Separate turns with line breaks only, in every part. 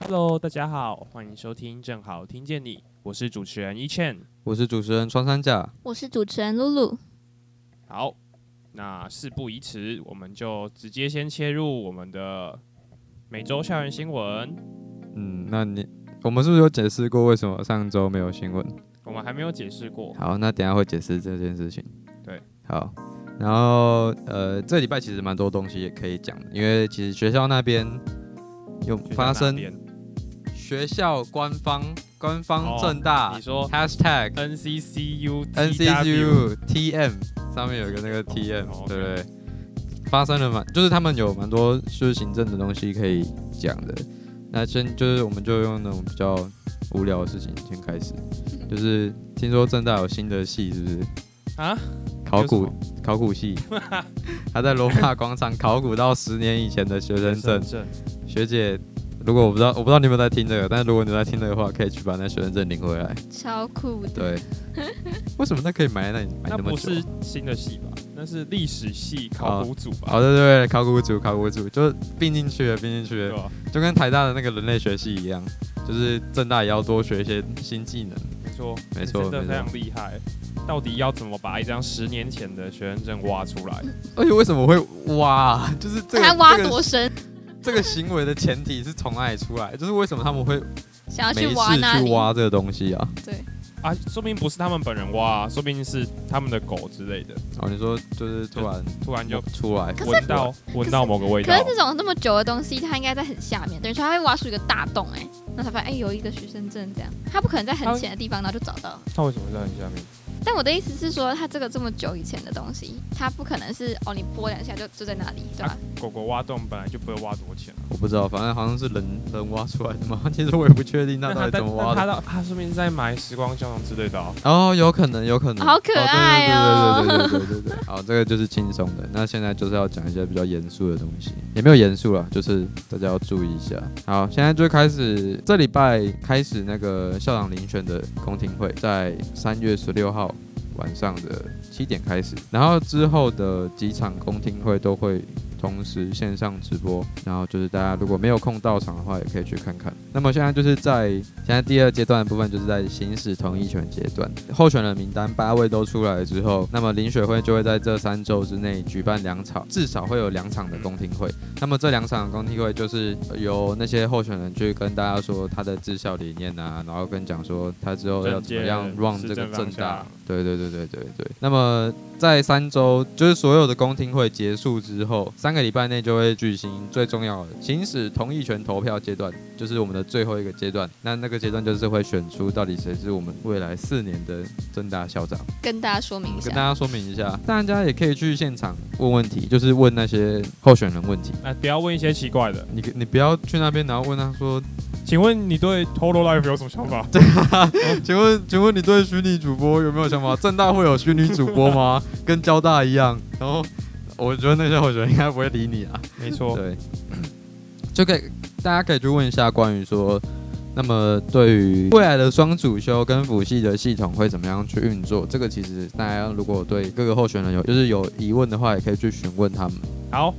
Hello，大家好，欢迎收听《正好听见你》，我是主持人一倩。
我是主持人穿山甲，
我是主持人露露。
好，那事不宜迟，我们就直接先切入我们的每周校园新闻。
嗯，那你我们是不是有解释过为什么上周没有新闻？
我们还没有解释过，
好，那等一下会解释这件事情。
对，
好，然后呃，这礼拜其实蛮多东西也可以讲的，因为其实学校那边有
学校
发
那
生
边
学校官方官
哦
方正大、
你说
hashtag
NCCU
NCCU TM 上面有一个那个 TM，、
哦，OK
对不对？发生了蛮，就是他们有蛮多就是行政的东西可以讲的。那先就是我们就用那种比较无聊的事情先开 始，就是听说正大有新的系，是不是？
啊？
考
有
古
什
考古系， 他在罗马广场考古到十年以前的学生 证。
证
学姐，如果我不知道我不知道你有没有在听这个，但是如果你有在听这个话，可以去把那学生证领回来。
超酷的，
对，为什么那可以买那里买
那
那么
不
久？
是新的系吧？那是历史系考古组吧？
哦，对对对，考古组，考古组就是并进去了，并进去
对
了，
吧？
就跟台大的那个人类学系一样，就是正大也要多学一些新技能。
没错，
没错
你真的
没错
非常厉害。到底要怎么把一张十年前的学生证挖出来？
而且为什么会挖？就是这
那
个
他挖
这个
多啊深？
这个行为的前提是从哪里出来？就是为什么他们会
想要
没事
挖那里
去？挖这个东西啊？
对，
啊，说明不是他们本人挖、说明是他们的狗之类的，
哦，你说就是突然
突然就
出来，
可是
闻到闻到某个味
可是
道。
这种那么久的东西，它应该在很下面，等于说它会挖出一个大洞、哎，那才发现哎、有一个学生证这样，它不可能在
它
很
会
浅的地方然后就找到。
它为什么会在很下面？
但我的意思是说，它这个这么久以前的东西，它不可能是哦你拨两下就就在那里，
啊
对吧？
狗狗挖洞本来就不会挖多浅啊。
我不知道，反正好像是人人挖出来的嘛。 其实我也不确定那到
它
底怎么
那
挖
它
的。
到它说明是在埋时光胶囊之类的、啊。
哦，有可能，有可能，
好可爱哦
对对对对对对 对对。好，这个就是轻松的。那现在就是要讲一些比较严肃的东西，也没有严肃啦，就是大家要注意一下。好，现在就开始，这礼拜开始那个校长遴选的公听会，在三月十六号晚上的七点开始，然后之后的几场公听会都会同时线上直播，然后就是大家如果没有空到场的话，也可以去看看。那么现在就是在现在第二阶段的部分，就是在行使同意权阶段，候选人名单八位都出来了之后，那么林雪会就会在这三周之内举办两场，至少会有两场的公听会。那么这两场的公听会就是由那些候选人去跟大家说他的治校理念啊，然后跟讲说他之后要怎么样
政见
run
施
这个
政方
政大
向。
对对对对对对。那么在三周，就是所有的公听会结束之后，三个礼拜内就会举行最重要的行使同意权投票阶段，就是我们的最后一个阶段。那那个阶段就是会选出到底谁是我们未来四年的正大校长。
跟大家说明一
跟
下
大，家说明一下，大家也可以去现场问问题，就是问那些候选人问题。
哎、不要问一些奇怪的。
你你不要去那边，然后问他说
请问你对 Total Life 有什么想法？
请问，请问你对虚拟主播有没有想法？正大会有虚拟主播吗？ 跟交大一样？然后我觉得那些候选人应该不会理你啊。
没错，
对，就可以大家可以去问一下关于说，那么对于未来的双主修跟辅系的系统会怎么样去运作？这个其实大家如果对各个候选人有就是有疑问的话，也可以去询问他们。
好，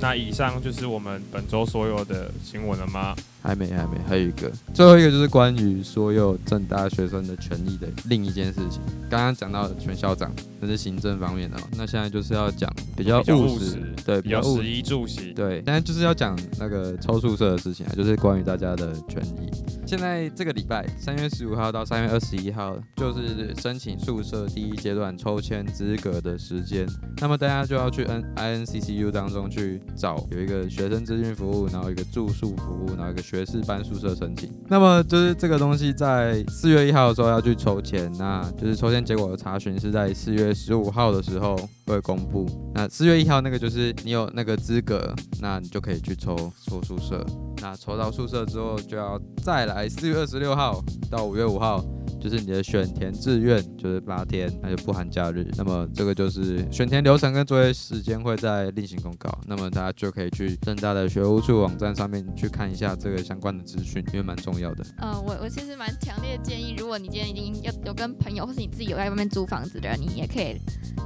那以上就是我们本周所有的新闻了吗？
还没，还没，还有一个，最后一个就是关于所有正大学生的权益的另一件事情。刚刚讲到的全校长，那是行政方面的哦，那现在就是要讲比较
比较
务
务
实
实，
对，
比
比
较
较务
食
实。
衣住行。
对，现在就是要讲那个抽宿舍的事情啊，就是关于大家的权益。现在这个礼拜，三月十五号到三月二十一号，就是申请宿舍第一阶段抽签资格的时间。那么大家就要去 N I N C C U 当中去找有一个学生资讯服务，然后一个住宿服务，然后一个学士班宿舍申请。那么就是这个东西在四月一号的时候要去抽签，那就是抽签结果的查询是在四月十五号的时候会公布。那四月一号那个就是你有那个资格，那你就可以去抽抽宿舍。那抽到宿舍之后就要再来四月二十六号到五月五号就是你的选填志愿，就是八天，那就不含假日。那么这个就是选填流程跟作业时间会在另行公告，那么大家就可以去正大的学务处网站上面去看一下这个相关的资讯，因为蛮重要的。
呃，我我其实蛮强烈建议，如果你今天已经有有跟朋友，或是你自己有在外面租房子的人，你也可以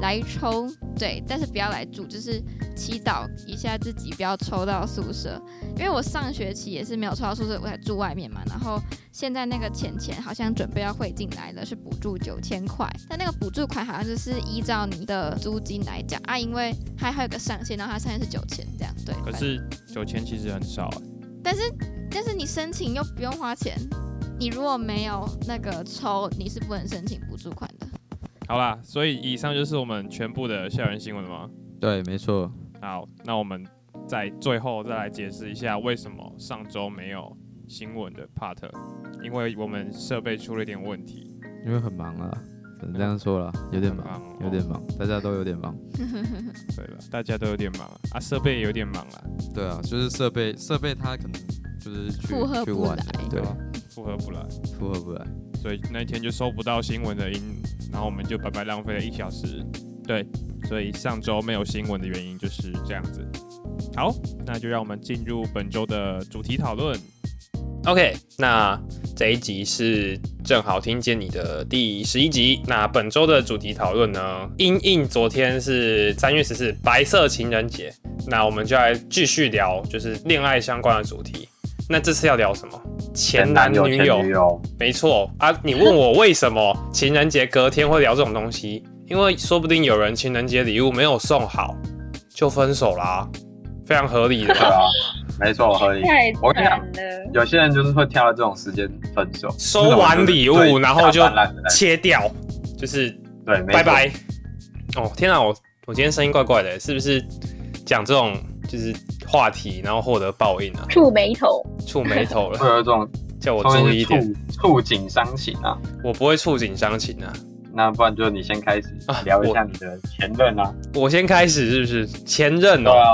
来抽，对，但是不要来住，就是祈祷一下自己不要抽到宿舍，因为我上学学期也是没有抽到宿舍，我才住外面嘛。然后现在那个钱钱好像准备要汇进来了，是补助九千块，但那个补助款好像就是依照你的租金来讲啊，因为它还有个上限，然后它上限是九千这样，对。
可
反正，
是九千其实很少、欸，
但是但是你申请又不用花钱，你如果没有那个抽，你是不能申请补助款的。
好啦，所以以上就是我们全部的校园新闻了吗？
对，没错。
好，那我们在最后再来解释一下为什么上周没有新闻的 part，因为我们设备出了一点问题。
因为很忙啊，只能这样说了，有点忙，
忙哦
有点忙，大家都有点忙。
对了，大家都有点忙啊，设备也有点忙啊，
对啊，就是设备设备它可能就是去
负荷
去
不
玩了
来
对，啊
负荷不来，
负荷不来。
所以那天就收不到新闻的音，然后我们就白白浪费了一小时。对，所以上周没有新闻的原因就是这样子。好，那就让我们进入本周的主题讨论。OK，那这一集是正好听见你的第十一集。那本周的主题讨论呢，因应昨天是三月十四白色情人节，那我们就来继续聊就是恋爱相关的主题。那这次要聊什么？前男
友、
女友
前女。友，
没错啊，你问我为什么情人节隔天会聊这种东西？因为说不定有人情人节礼物没有送好，就分手啦，非常合理的
对
吧。
啊，没错，合理。
太
我跟你
惨
讲
了，
有些人就是会挑到这种时间分手，
收完礼
这
物
种就是最
然后就
下班烂的那种
切掉，就是
对，没错
拜。拜。哦，天啊，我我今天声音怪怪的，是不是讲这种就是话题，然后获得报应啊？
触眉头，
触眉头
会
了，
有一种
叫我
中
注
间
意一
是
点，
触触景伤情啊。
我不会触景伤情啊。
那不然就你先开始
啊
聊一下你的前任啊。
我先开始是不是？前任哦、
对啊，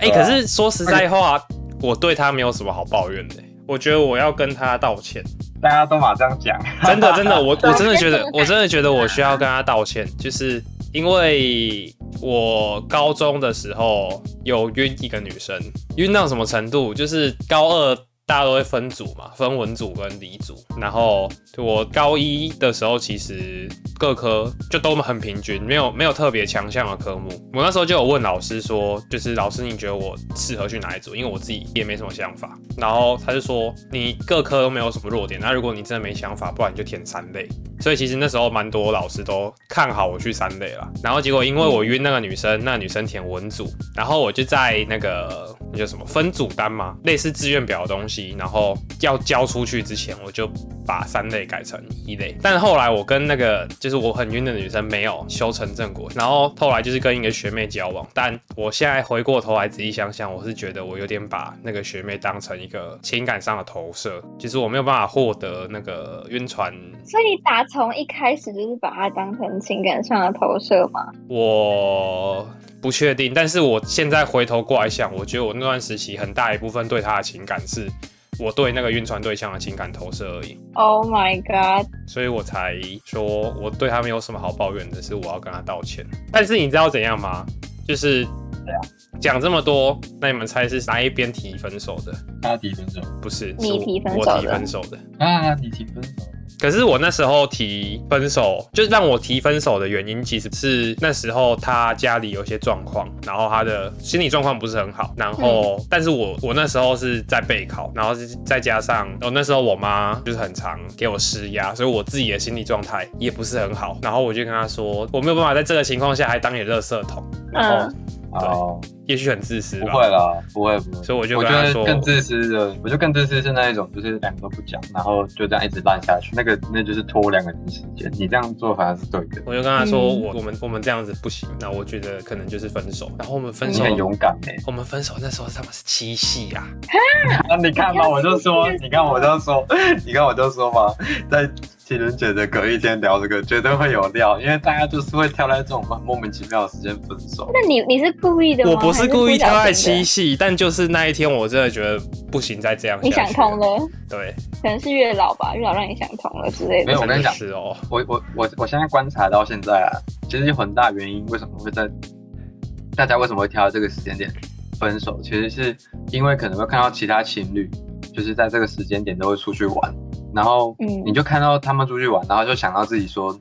哎、
对
可
啊
是说实在话，我对他没有什么好抱怨的、我觉得我要跟他道歉，
大家都马上讲，
真的真的， 我我真的觉得
道歉，
我真的觉得我需要跟他道歉，就是因为我高中的时候有晕一个女生，晕到什么程度？就是高二大家都会分组嘛，分文组跟理组，然后我高一的时候其实各科就都很平均，没有没有特别强项的科目。我那时候就有问老师说，就是老师你觉得我适合去哪一组？因为我自己也没什么想法。然后他就说，你各科都没有什么弱点，那如果你真的没想法，不然你就填三类。所以其实那时候蛮多老师都看好我去三类了，然后结果因为我晕那个女生，那女生填文组，然后我就在那个那叫什么分组单嘛，类似志愿表的东西，然后要交出去之前，我就把三类改成一类。但后来我跟那个就是我很晕的女生没有修成正果，然后后来就是跟一个学妹交往，但我现在回过头来仔细想想，我是觉得我有点把那个学妹当成一个情感上的投射，其实我没有办法获得那个晕船
所以你打从一开始就是把它当成情感上的投射嘛？
我不确定，但是我现在回头过来想，我觉得我那段时期很大一部分对他的情感是我对那个晕船对象的情感投射而已，
Oh my god！
所以我才说我对他没有什么好抱怨的，是我要跟他道歉。但是你知道怎样吗？就是讲这么多，那你们猜是哪一边提分手的？
他提分手
不是，
你
是
提分
我
手
我提
的
分手的。
啊，你提分手，
可是我那时候提分手，就是让我提分手的原因，其实是那时候他家里有一些状况，然后他的心理状况不是很好，然后、但是我我那时候是在备考，然后是再加上我那时候我妈就是很常给我施压，所以我自己的心理状态也不是很好，然后我就跟他说，我没有办法在这个情况下还当你的垃圾桶，然后、
哦，
也许很自私
不
哦吧，
会啦，不会不会。
所以我就
我
跟
觉
他
得
说，
更自私的，我觉得更自私是那一种，就是两个都不讲，然后就这样一直烂下去，那个那就是拖两个人时间。你这样做反而是对的，
我就跟他说，
嗯
我我们我们这样子不行，那我觉得可能就是分手，然后我们分
你
手。
嗯
很勇敢哎、
我们分手那时候他们是七夕啊，
那、 你看嘛，我就说，你看我就说，你看我就说嘛， 在情人节的隔一天聊这个，绝对会有料，因为大家就是会挑在这种莫名其妙的时间分手。
那你你是故意的吗？
我不是故意挑在
爱
七，夕，但就是那一天我真的觉得不行，再这样
你
下
想
去
通了，
对，
可能是月老吧，月老让你想通了之类
没
的
有。我跟你讲
真的是哦，
我我我我现在观察到现在啊，其实有很大原因为什么会在大家为什么会挑这个时间点分手，其实是因为可能会看到其他情侣就是在这个时间点都会出去玩，然后
嗯
你就看到他们出去玩，然后就想到自己说，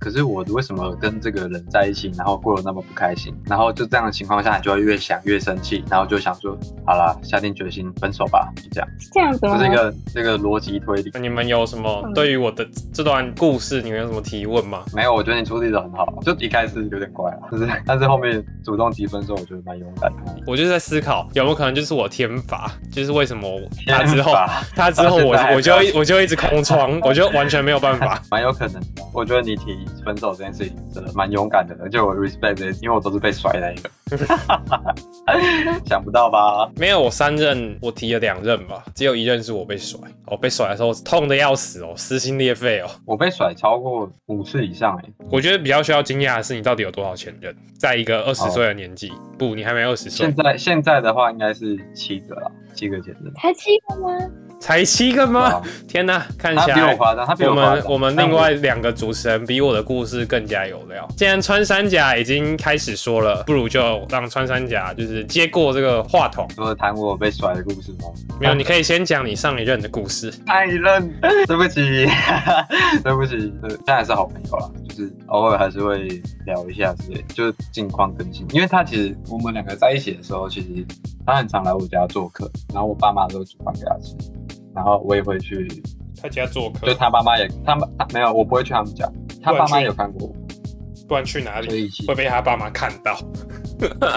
可是我为什么跟这个人在一起，然后过得那么不开心？然后就这样的情况下，你就会越想越生气，然后就想说，好啦，下定决心分手吧，就这样，
是这样子
就
吗？
是一个这个逻辑推理
那。你们有什么
嗯
对于我的这段故事，你们有什么提问吗？
没有，我觉得你处理的很好，就一开始有点怪啊，就是但是后面主动提分手，我觉得蛮勇敢的。
我就是在思考，有没有可能就是我天罚，就是为什么我他之后
天罚
他之后我
到现在还
我就
没有
我就一直空窗，我就完全没有办法。
蛮有可能的。我觉得你提分手这件事情真的蛮勇敢的，而且我 respect 这，因为我都是被甩的那一个。 想不到吧？
没有，我三任我提了两任吧，只有一任是我被甩。我、被甩的时候痛的要死哦，撕心裂肺哦。
我被甩超过五次以上哎、
我觉得比较需要惊讶的是，你到底有多少前任？在一个二十岁的年纪，不，你还没二十岁
现，在现在的话应该是七个了，七个前 任。
才七个吗？
才七个吗？天哪，看
啊
起
他比我
来。
夸张，他比
我
夸
们
张。
我们
但
另外两个主持人比我的故事更加有料。既然穿山甲已经开始说了，不如就让穿山甲就是接过这个话筒。
除了谈我被甩的故事吗？
没有，你可以先讲你上一任的故事。
太认， 对不起，对不起，对现在还是好朋友啦，就是偶尔还是会聊一下之类，就是近况更新。因为他其实我们两个在一起的时候，其实他很常来我家做客，然后我爸妈都煮饭给他吃，然后我也会去，
他家做客
就他爸妈也，他们他没有，我不会去他们家，他爸妈有看过我，
不然去哪
所以其实
会被他爸妈看到。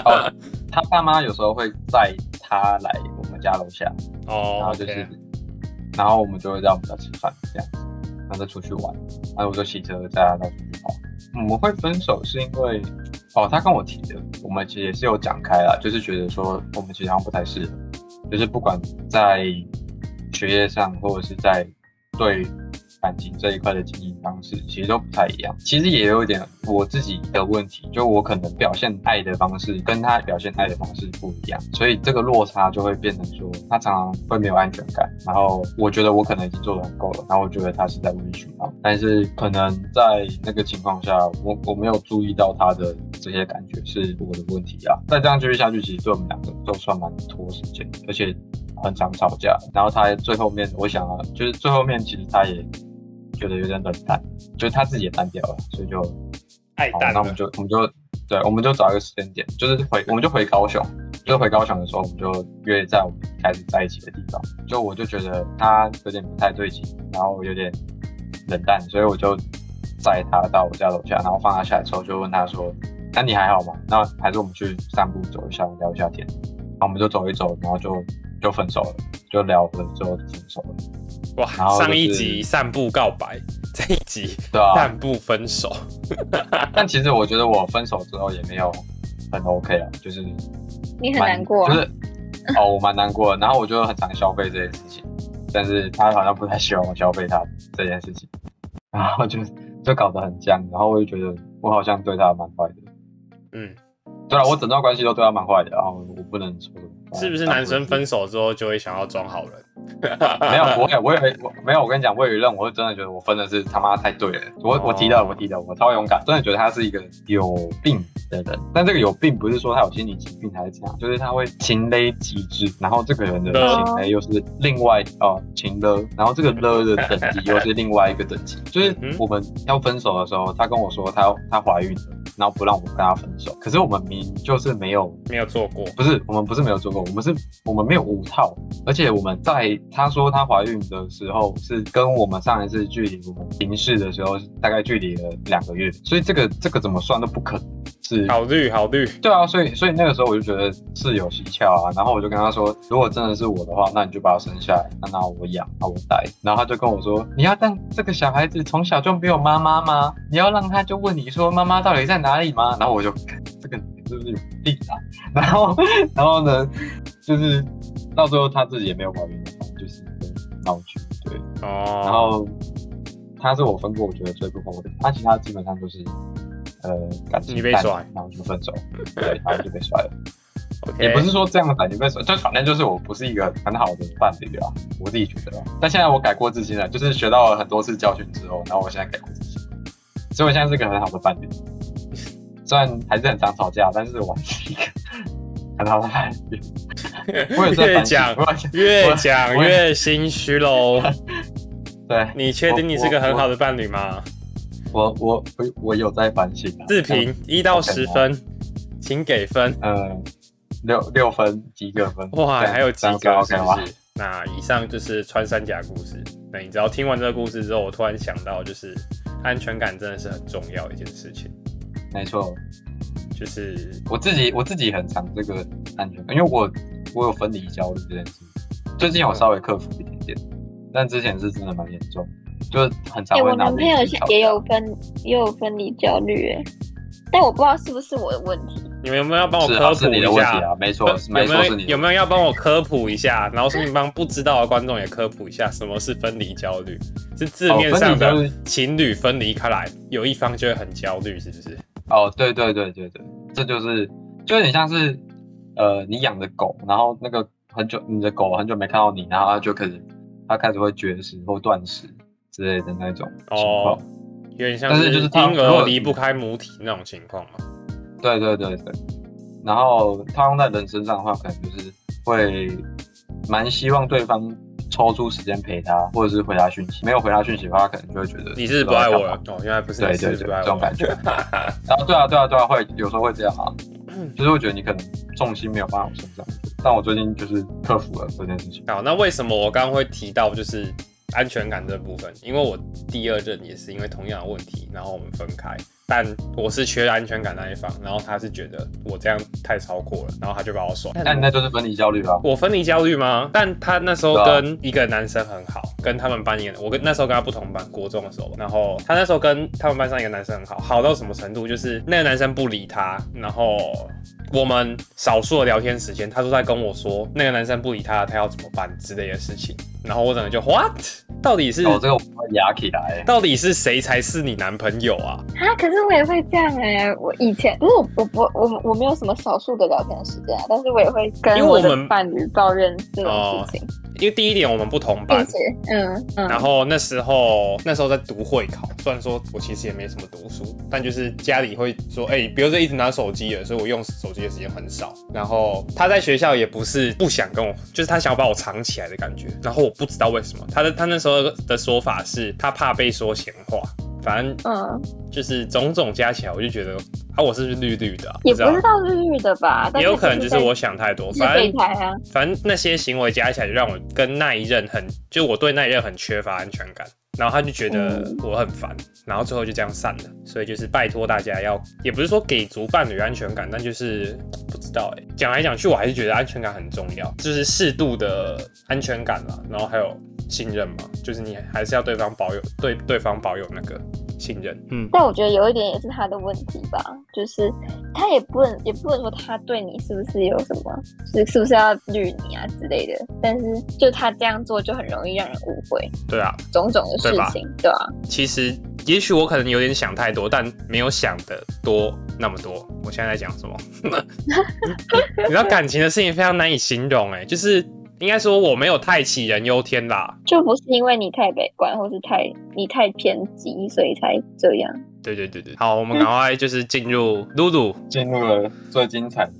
哦，他爸妈有时候会载他来我们家楼下，然
哦
后就是，然后我们就会在我们家吃饭这样子，然后再出去玩，然后我就骑车载他到处去跑。嗯我们会分手是因为，哦，他跟我提的，我们其实也是有讲开了，就是觉得说我们其实好像不太适合，就是不管在学业上或者是在对感情这一块的经营方式，其实都不太一样。其实也有一点我自己的问题，就我可能表现爱的方式跟他表现爱的方式不一样，所以这个落差就会变成说，他常常会没有安全感。然后我觉得我可能已经做得很够了，然后我觉得他是在无理取闹，但是可能在那个情况下，我我没有注意到他的这些感觉是我的问题啊。再这样继续下去，其实对我们两个都算蛮拖时间，而且很常吵架。然后他最后面，我想啊，就是最后面其实他也觉得有点冷淡，就是他自己也单调了，所以就
爱
好，
淡
那我们
了
就我们就对，我们就找一个时间点，就是回我们就回高雄，就是回高雄的时候，我们就约在我们一开始在一起的地方。就我就觉得他有点不太对劲，然后有点冷淡，所以我就载他到我家楼下，然后放他下来之后，就问他说：“那你还好吗？那还是我们去散步走一下，聊一下天。”然后我们就走一走，然后就就分手了，就聊了之后就分手了，
哇！
然后就
上一
是
集散步告白，这一集
对啊。
散步分手。
但其实我觉得我分手之后也没有很 OK 啊，就是
你很
蛮
难过啊
就，是哦，我蛮难过的。然后我就很常消费这件事情，但是他好像不太喜欢我消费他这件事情，然后就就搞得很僵。然后我就觉得我好像对他蛮坏的。
嗯，
对啊，我整段关系都对他蛮坏的，然后我不能说什么
是不是男生分？手之后就会想要装好人？
没有，我也我也我没有。我跟你讲，我有一任，我是真的觉得我分的是他妈太对了。我我提到
哦
我提到，我超勇敢，真的觉得他是一个有病的人。但这个有病不是说他有心理疾病还是怎样，就是他会情勒极致，然后这个人的
勒
情勒又是另外哦情勒，然后这个勒的等级又是另外一个等级。就是
嗯哼
我们要分手的时候，他跟我说他他怀孕了，然后不让我跟他分手，可是我们明明就是没有
没有做过，
不是，我们不是没有做过，我们是我们没有五套，而且我们在她说她怀孕的时候，是跟我们上一次距离我们平视的时候，大概距离了两个月，所以这个这个怎么算都不可能是。
好绿好绿，
对啊，所以所以那个时候我就觉得是有蹊跷啊，然后我就跟他说，如果真的是我的话，那你就把我生下来，那那我养，那我带。然后他就跟我说，你要让这个小孩子从小就没有妈妈吗？你要让他就问你说妈妈到底在哪里吗？然后我就，这个女人是不是有病啊？然后，然后呢，就是到最后他自己也没有怀孕，就是一个闹剧。对，
哦，
然后他是我分过我觉得最不后悔的，他其他基本上就是呃感情
你被
淡
甩
然后就分手，对，然后就被甩 了。
OK，
也 不是说这样的感情被甩，就反正就是我不是一个很好的伴侣啊，我自己觉得啊。但现在我改过自新了，就是学到了很多次教训之后，然后我现在改过自新，所以我现在是一个很好的伴侣。虽然还是很常吵架，但是我还是一个很好的伴侣。我也在
越
反省
讲
我也在
越
我
讲
我
越心虚喽。
对，
你确定你是个很好
的？
的伴侣吗？
我我我我有在反省啊。
自评一到十分，请给分。
呃，六六分及格分。
哇，
这样
还有及
这
格
样
是
OK
不
吗？
是？那以上就是穿山甲故事。那你知道听完这个故事之后，我突然想到，就是安全感真的是很重要的一件事情。
没错，
就是
我自己我自己很常这个安全感，因为我我有分离焦虑这件事，最近有稍微克服一点点，但之前是真的蛮严重，就是很常
哎、
会
我
拿
男
自
朋
己
友
去
现
吵
也
架
有分也有分离焦虑哎，但我不知道是不是我的问题。
你们有没有要帮我
是
科
啊，
普
是你
一
的问
下？
题啊，没
不
错，是没
呃有
错
没
是
有
你的
有没
问
有
题
要帮我科普一下？然后顺便帮不知道的观众也科普一下，什么是分离焦虑？是字
哦
面
分离
上
焦
的
虑
情侣分离开来，有一方就会很焦虑，是不是？
哦，对对对对对，这就是就有点像是呃，你养的狗，然后那个很久你的狗很久没看到你，然后它就开始它开始会绝食或断食之类的那种情况。
哦，有点像
但是就是他
婴
如果
儿离不开母体那种情况嘛。
对对对对，然后套用在人身上的话，可能就是会蛮希望对方抽出时间陪他，或者是回他讯息。没有回他讯息的话，可能就会觉得
你是不爱我
了
了。？哦，原来不是，
对
你
对
是
对，
不爱
这
我
种
了
感。觉。然后对啊对啊对啊，会有时候会这样啊，就是会觉得你可能重心没有放在我身上。但我最近就是克服了这件事情。
好，那为什么我刚刚会提到就是安全感这部分？因为我第二任也是因为同样的问题，然后我们分开。但我是缺安全感那一方，然后他是觉得我这样太超过了，然后他就把我甩。
那你那就是分离焦虑啊。
我分离焦虑吗？但他那时候
对啊
跟一个男生很好，跟他们班一个，我跟那时候跟他不同班，国中的时候吧。然后他那时候跟他们班上一个男生很好，好到什么程度？就是那个男生不理他，然后我们少数的聊天时间，他都在跟我说那个男生不理他，他要怎么办之类的事情。然后我整个就 what？到底是、
哦，这个我会压起来。
到底是谁才是你男朋友啊？
啊，可是我也会这样哎、我以前不是我我不我我没有什么少数的聊天时间啊，但是我也会
因
跟
为我
我的
们
伴侣抱怨这
哦
种事情，
因为第一点我们不同班
并，且嗯嗯，
然后那时候那时候在读会考，虽然说我其实也没什么读书，但就是家里会说，哎、比如说一直拿手机了，所以我用手机的时间很少。然后他在学校也不是不想跟我，就是他想要把我藏起来的感觉。然后我不知道为什么，他的他那时候的说法是他怕被说闲话，反正
嗯，
就是种种加起来，我就觉得啊，我是不是绿绿的、啊？
也
知
不
道
是到日语的吧，但
也有可能就是我
在
想太多，
是
反
备
正
胎啊
反正那些行为加起来，就让我跟那一任很，就我对那一任很缺乏安全感。然后他就觉得哦
嗯
我很烦，然后最后就这样散了。所以就是拜托大家要，也不是说给足伴侣安全感，但就是不知道哎、讲来讲去，我还是觉得安全感很重要，就是适度的安全感啦，然后还有信任嘛，就是你还是要对方保有对对方保有那个信任。嗯，
但我觉得有一点也是他的问题吧，就是他也不能也不能说他对你是不是有什么，是是不是要绿你啊之类的，但是就他这样做就很容易让人误会
对啊，
种种的事
对吧
情，对吧、啊？
其实也许我可能有点想太多，但没有想的多那么多。我现在在讲什么？ 你知道感情的事情非常难以形容、哎，就是应该说我没有太杞人忧天啦。
就不是因为你太悲观，或是太你太偏激，所以才这样。
对对对对，好，我们赶快就是进入露露，
进入了最精彩的，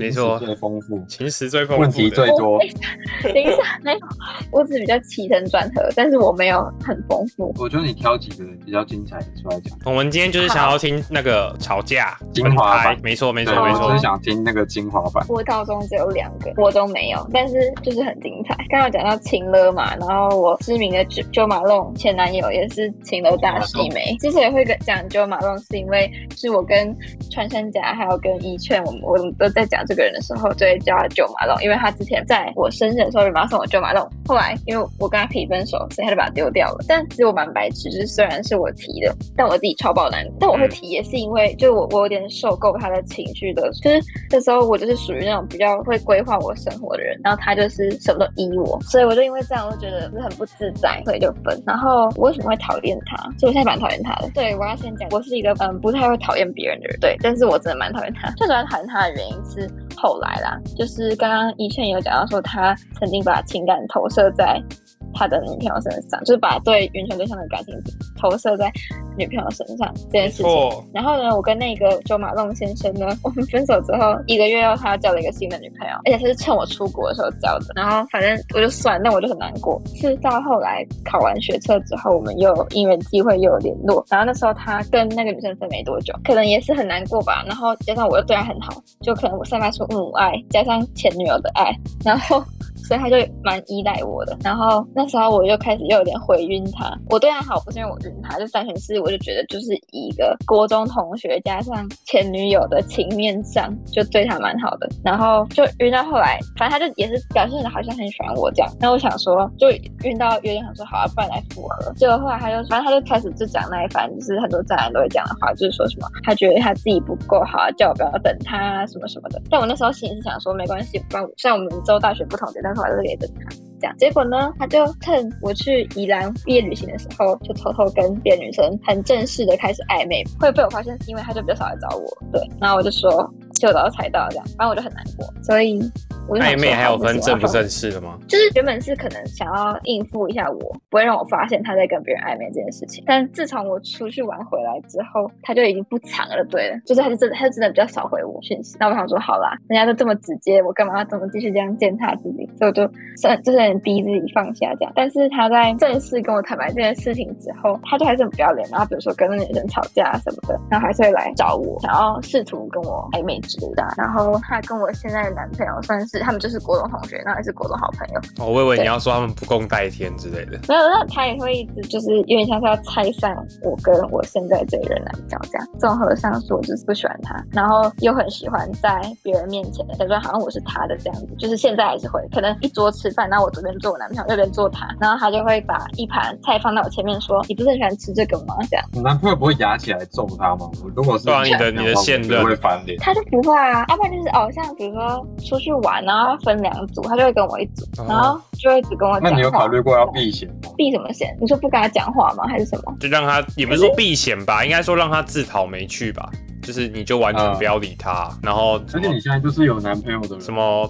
没错
情史最丰富，
情史最丰
问
富
题最
的。
多。
等一 下，没有，我只比较起承转合，但是我没有很丰富。
我觉得你挑几个比较精彩的出来讲。
我们今天就是想要听那个吵架、
精
分
华
开
版，
没错没
对，
错没
我只
错
是。想听那个精华版。
我高中只有两个，我都没有，但是就是很精彩。刚刚有讲到情勒嘛，然后我知名的 Jo Jo Malone 前男友也是情勒大戏梅。之所以会跟讲 Jo Malone，是因为是我跟穿山甲还有跟一劝，我们我们都在讲这个人的时候，就会叫他 Jo Malone，因为他之前在我生日的时候，有人把他送我 Jo Malone，后来因为我跟他提分手，所以他就把它丢掉了。但其实我蛮白痴，就是虽然是我提的，但我自己超爆难。但我会提也是因为，就我我有点受够他的情绪的，就是这时候我就是属于那种比较会规划我生活的人，然后他就是什么都依我，所以我就因为这样，我就觉得很不自在，所以就分。然后我为什么会讨厌他？所以我现在蛮讨厌他的。对，我要先讲，我是一个嗯不太会讨厌别人的人，对，但是我真的蛮讨厌他。最主要讨厌他的原因是后来啦，就是刚刚一倩有讲到说，他曾经把情感投射在他的女朋友身上，就是把对原全对象的感情投射在女朋友身上这件事情。
错，
然后呢，我跟那个九马龙先生呢， 我们分手之后一个月后，他交了一个新的女朋友，而且是趁我出国的时候交的。然后反正我就算，那我就很难过。是到后来考完学测之后，我们又因缘机会又有联络。然后那时候他跟那个女生分没多久，可能也是很难过吧。然后加上我又对他很好，就可能我散发出母爱，加上前女友的爱，然后所以他就蛮依赖我的。然后那时候我就开始又有点回晕他，我对他好不是因为我晕他，就单纯是我就觉得就是以一个国中同学加上前女友的情面上，就对他蛮好的。然后就晕到后来，反正他就也是表现的好像很喜欢我这样。那我想说，就晕到有点想说好、啊，不然来复合。结果后来他就，反正他就开始就讲那一番，就是很多渣男都会讲的话，就是说什么他觉得他自己不够好啊，叫我不要等他啊什么什么的。但我那时候心里是想说，没关系，不然虽然我们州大学不同点，但是我还是可以等他。这样，结果呢，他就趁我去宜兰毕业旅行的时候，就偷偷跟别的女生很正式的开始暧昧。会被我发现是因为他就比较少来找我，对。然后我就说，就早就猜到这样，反正我就很难过。所以我就想
暧
说
昧还
好
有
我
分
喜
正
欢
不
他
正式的吗？
就是原本是可能想要应付一下我，不会让我发现他在跟别人暧昧这件事情。但自从我出去玩回来之后，他就已经不藏了，对了，就是他就真的他就真的比较少回我讯息。那我想说，好啦，人家都这么直接，我干嘛要怎么继续这样践踏自己？所以我就算就是很逼自己放下这样。但是他在正式跟我坦白这件事情之后，他就还是很不要脸，然后比如说跟那女生吵架什么的，然后还是会来找我，想要试图跟我暧昧之类的啊。然后他跟我现在的男朋友算是他们就是国中同学，那也是国中好朋友。
哦，我以为你要说他们不共戴天之类的。
没有，那他也会一直就是有点像是要拆散我跟我现在这个人来讲这样。综合上述，我就是不喜欢他，然后又很喜欢在别人面前假装好像我是他的这样子，就是现在还是会，可能一桌吃饭，然后我左边坐我男朋友，右边坐他，然后他就会把一盘菜放到我前面说：“你不是很喜欢吃这个吗？”这样。
你男朋友不会压起来揍他吗？我如果是
对啊你的
这样话
你的现任
我不会翻脸。
他就不会啊，要不然就是哦，像比如说出去玩，然后分两组，他就会跟我一组，
哦
然后就会只跟我
那
讲
你有
话
考虑过要避嫌吗？
避什么嫌？你说不跟他讲话吗？还是什么？
就让他也不是说避嫌吧，应该说让他自讨没趣吧。就是你就完全
嗯
不要理他，然后什
而且
么
你现在就是有男朋友的人，
什么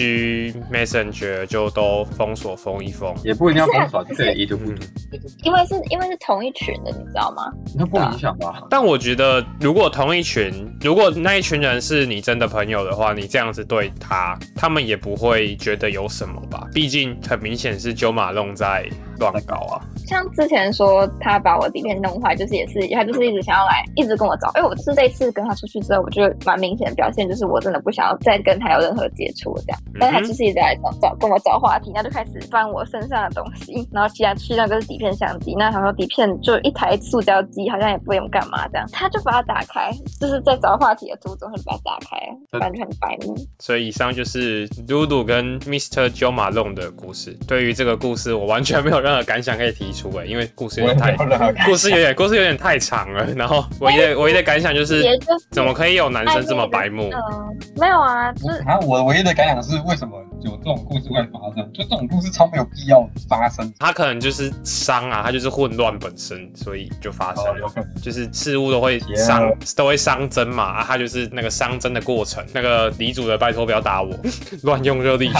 IG Messenger 就都封锁封一封。
也不一定要封锁，就可以已读不
嗯
读，，
因为是因为是同一群的，你知道吗？
那不影响吧？
但我觉得如果同一群，如果那一群人是你真的朋友的话，你这样子对他，他们也不会觉得有什么吧。毕竟很明显是九马弄在乱搞啊。
像之前说他把我底片弄坏，就是也是他就是一直想要来，一直跟我找。哎，我就是这一次跟他出去之后，我就蛮明显的表现，就是我真的不想要再跟他有任何接触这样。
哎
嗯
但是他就是一直来找找跟我找话题，他就开始翻我身上的东西，然后其他哎去那个是底片相机，那他说底片就一台塑胶机，好像也不用干嘛这样，他就把它打开，就是在找话题的途中他就把它打开，感觉很白目。
所以以上就是露露跟 Mr. Joe Malone 的故事。对于这个故事，我完全没有任何感想可以提出诶、因为故事有
我也
点
没
太
有任何感
故事有点故事有点太长了。然后唯一的唯一的感想就是
也，就是
怎么可以有男生这么白目？
嗯，没有啊，就是
然后我唯一的感想是，为什么有这种故事会发生？就这种故事超没有必要发生。
他可能就是伤啊，他就是混乱本身，所以就发生
哦，有
了。
可能。
就是事物都会伤都会伤针嘛，啊，他就是那个伤针的过程。那个李主的，拜托不要打我， 乱用热力学。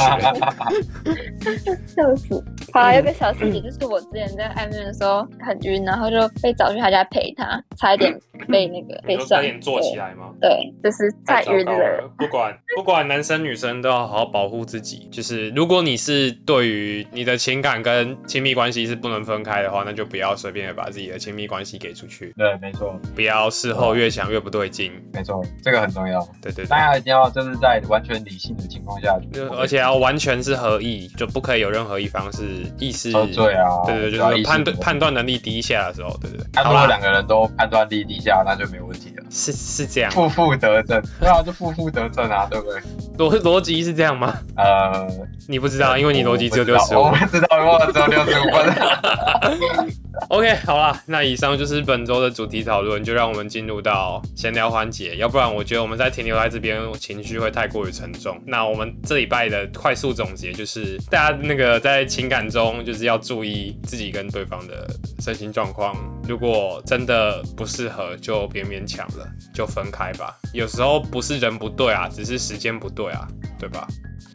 笑死！好啊啦，有个小细节，就是我之前在暧昧的时候很晕，然后就被找去他家陪他，差一点被那个被
嗯你就
上
差。点坐起来吗？
对，就是太
糟
晕
糕
了。。
不管不管男生女生都要好好保护自己。就是如果你是对于你的情感跟亲密关系是不能分开的话，那就不要随便的把自己的亲密关系给出去，
对，没错，
不要事后越想越不对劲。
没错，这个很重要。
对对
大
对。
家一定要就是在完全理性的情况下去
就，而且要完全是合意，就不可以有任何一方是意识
喝醉啊，
对对对，
要
就是
意识
判断
模糊
判。断能力低下的时候，对对对。
啊，如
好
果
啦，
两个人都判断力低下，那就没问题了。
是是这样，
负负得正，对啊，就负负得正啊，对不对？
逻逻辑是这样吗？
呃，
你不知道，因为你逻辑只有
我不
六
知道
十五
我。不知道，我只有六十五 分。
OK，好啦，那以上就是本周的主题讨论，就让我们进入到闲聊环节。要不然，我觉得我们在停留在这边，情绪会太过于沉重。那我们这礼拜的快速总结就是，大家那个在情感中就是要注意自己跟对方的身心状况，如果真的不适合，就别勉强了，就分开吧。有时候不是人不对啊，只是时间不对啊，对吧？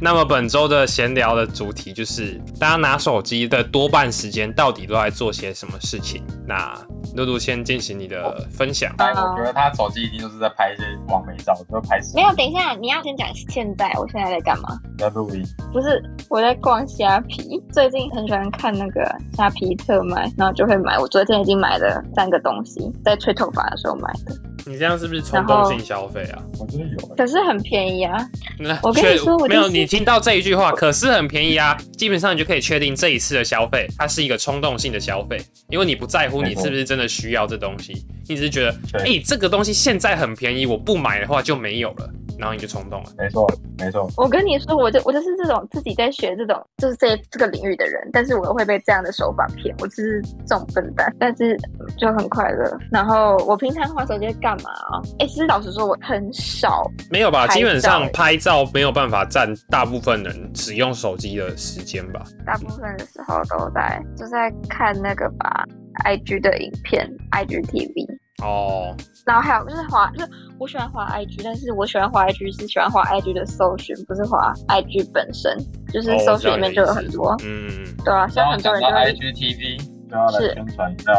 那么本周的闲聊的主题就是，大家拿手机的多半时间到底都在做些什么事情？那露露先进行你的分享。
但我觉得他手机一定就是在拍一些完美照，就拍死
没有，等一下，你要先讲现在，我现在在干嘛？
在录音。
不是，我在逛虾皮，最近很喜欢看那个虾皮特卖，然后就会买。我昨天已经买了三个东西，在吹头发的时候买的，
你这样是不是冲动性消费啊？
我觉得有、欸
可是很便宜啊。
那
我跟你
确
说我就是
没有，你听到这一句话，可是很便宜啊，基本上你就可以确定这一次的消费，它是一个冲动性的消费，因为你不在乎你
没错
是不是真的需要这东西，你只是觉得，哎、
对
这个东西现在很便宜，我不买的话就没有了，然后你就冲动了。
没错，没错，
我跟你说，我就我就是这种自己在学这种就是这这个领域的人，但是我又会被这样的手法骗，我就是这种笨蛋，但是就很快乐。然后我平常滑手机在干嘛啊？哎，其实老实说，我很少
没有吧？
拍照欸
基本上拍照没有办法占大部分人使用手机的时间吧？
大部分的时候都在就在看那个吧，IG 的影片，IG TV，
哦，
然后还有就是滑，就是我喜欢滑 IG，但是我喜欢滑 IG 是喜欢滑 IG 的搜寻，不是滑 IG 本身，就是
哦
搜寻里面就有很多，
嗯，
对啊，像
然后
很多
讲
人
到
就会
IGTV，就要啊来
是
宣传一下。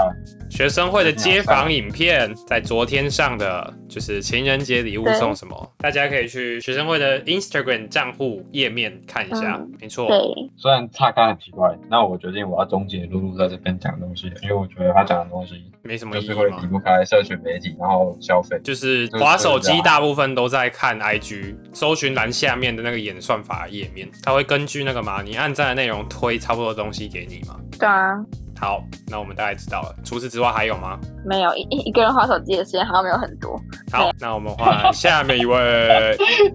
学生会的街访影片在昨天上的，就是情人节礼物送什么，大家可以去学生会的 Instagram 账户页面看一下。
嗯
没错，
对，
虽然岔开很奇怪，那我决定我要终结露露在这边讲的东西，因为我觉得他讲的东西
没什么
就
意义
是会离
嘛。
不开社群媒体，然后消费。
就是
就是
滑手
这
机，
样
大部分都在看 IG 搜寻栏下面的那个演算法页面，它会根据那个嘛，你按赞的内容推差不多的东西给你嘛。
对啊，
好，那我们大概知道了。除此之外还有吗？
没有一一一个人滑手机的时间好像没有很多，
好，那我们换下面一位，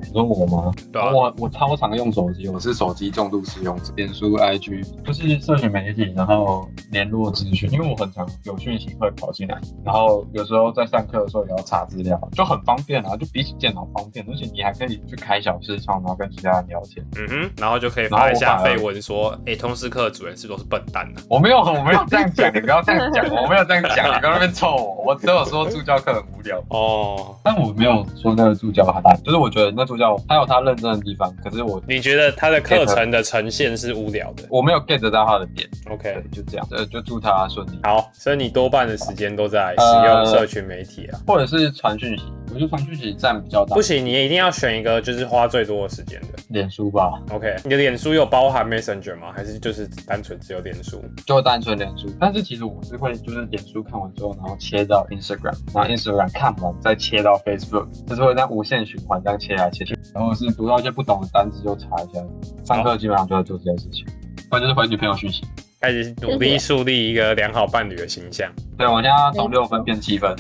你说我吗？
对啊吧、
我我超常用手机，我是手机重度使用者，脸书、IG 就是社群媒体，然后联络资讯，因为我很常有讯息会跑进来，然后有时候在上课的时候也要查资料，就很方便啊，就比起电脑方便，而且你还可以去开小视窗，然后跟其他人聊天。
嗯哼，然后就可以发一下绯闻说，哎、通识课的主人是不是都是笨蛋啊呢、
我没有，我没有这样讲，你不要这样讲，我没有这样讲，你不要在那边臭我，我只有说助教课很无聊，
哦，
但我没有说那个助教很烂，就是我觉得那助教他有他认真的地方，可是我
你觉得他的课程的呈现是无聊的
我没有 get 到他的点，对
嗯？OK，，
就这样，呃，就祝他顺利。
好，所以你多半的时间都在使用社群媒体啊。
或者是传讯息，我觉得传讯息占比较大
不。行，你一定要选一个就是花最多的时间的。
脸书吧，
OK，你的脸书有包含 Messenger 吗？还是就是单纯只有脸书？
就单纯脸书。但是其实我是会，就是脸书看完之后，然后切到 Instagram，然后 Instagram 看完再切到 Facebook，就是会在无限循环这样切来切去。然后是读到一些不懂的单词就查一下。上课基本上就在做这件事情，或者就是回女朋友讯息。
开始努力树立一个良好伴侣的形象，
对我现在从六分变七分。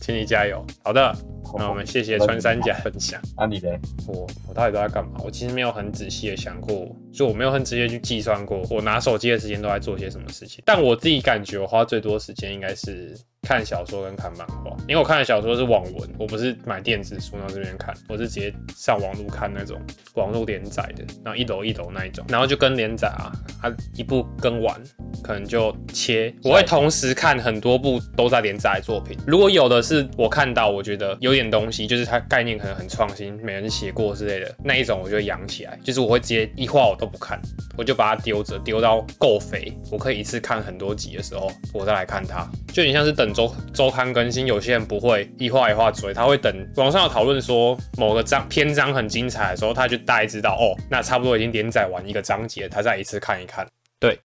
请你加油。好的，那我们谢谢穿山甲分享。
那你嘞？
我我到底都在干嘛？我其实没有很仔细的想过，就我没有很直接去计算过我拿手机的时间都在做些什么事情。但我自己感觉我花最多时间应该是看小说跟看漫画，因为我看的小说是网文，我不是买电子书然后这边看，我是直接上网路看那种网络连载的，然后一楼一楼那一种，然后就跟连载啊，它一部更完，可能就切。我会同时看很多部都在连载的作品，如果有的是我看到我觉得有点东西，就是它概念可能很创新，没人写过之类的那一种，我就会养起来。就是我会直接一话我都不看，我就把它丢着，丢到够肥，我可以一次看很多集的时候，我再来看它。就很像是等周周刊更新，有些人不会一话一话追，他会等网上有讨论说某个章篇章很精彩的时候，他就大概知道哦，那差不多已经连载完一个章节，他再一次看一看。对，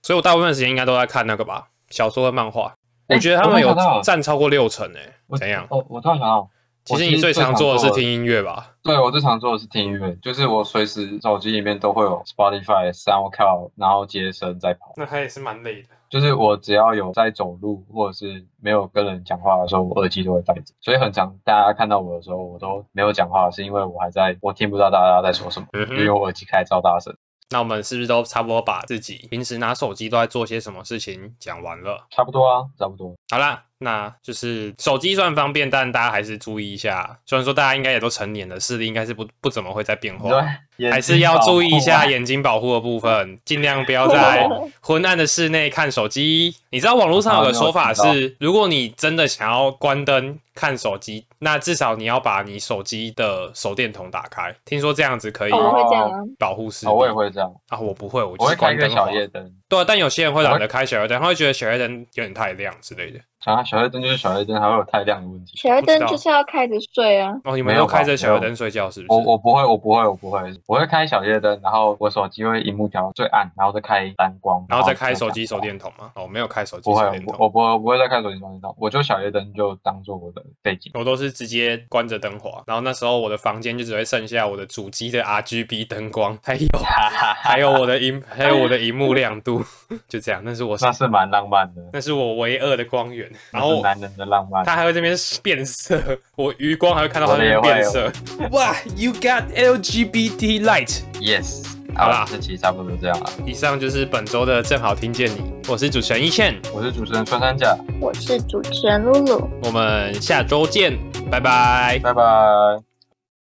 所以我大部分时间应该都在看那个吧，小说和漫画。我觉得他们
哎
有
我突然想到
占超过六成诶、
我
怎样？
哦，我突然想到，
其实你最常做的是听音乐吧？
对我最常做的是听音乐，就是我随时手机里面都会有 Spotify、SoundCloud，然后接声在跑。
那他也是蛮累的。
就是我只要有在走路或者是没有跟人讲话的时候，我耳机都会戴着，所以很常大家看到我的时候，我都没有讲话，是因为我还在我听不到大家在说什么，
嗯
因为
哼，
我耳机开超大声，
那我们是不是都差不多把自己平时拿手机都在做些什么事情讲完了？
差不多啊，差不多。
好啦，那就是手机虽然方便，但大家还是注意一下。虽然说大家应该也都成年了，视力应该是不不怎么会再变化，
对，
哦
啊
还是要注意一下眼睛保护的部分，尽量不要在 昏暗的室内看手机。你知道网络上有个说法
啊没有
是，如果你真的想要关灯看手机，那至少你要把你手机的手电筒打开，听说这样子可以
我们会这样啊，
保护视力。
哦，我也会这样，
啊，我不会，我就
我会
是
开
关
一个
灯
小
滑。
夜灯，
对啊，但有些人会懒得开小夜灯，他会觉得小夜灯有点太亮之类的。
啊，小夜灯就是小夜灯，还会有太亮的问题。
小夜灯就是要开着睡啊。
哦，你们
没有
都开
吧
着小
没
夜
有
灯睡觉是不
我
是？
我不会，我不会，我不会，我会开小夜灯，然后我手机会荧幕调最暗，然后再开蓝光，
然后再开手机手
讲话
电筒嘛。哦，我没有开手机
不会
手电，
我
筒，
我不会，我不会再开手机充电宝，我就小夜灯就当做我的背景。
我都是直接关着灯滑，然后那时候我的房间就只会剩下我的主机的 RGB 灯光，还 有还有我的荧还有我的荧幕亮度， 就这样。那是我
那是蛮浪漫的，
那是我唯二的光源，然
那是
后
男人的啊浪漫。
它还会这边变色，我余光还会看到它
我
那
的也
边变
会
色。哇，You got LGBT light。
Yes，
好啦
好，这期差不多这样了。
以上就是本周的正好听见你，我是主持人一茜，
我是主持人穿山甲，
我是主持人露露。
我们下周见，拜拜。
拜拜。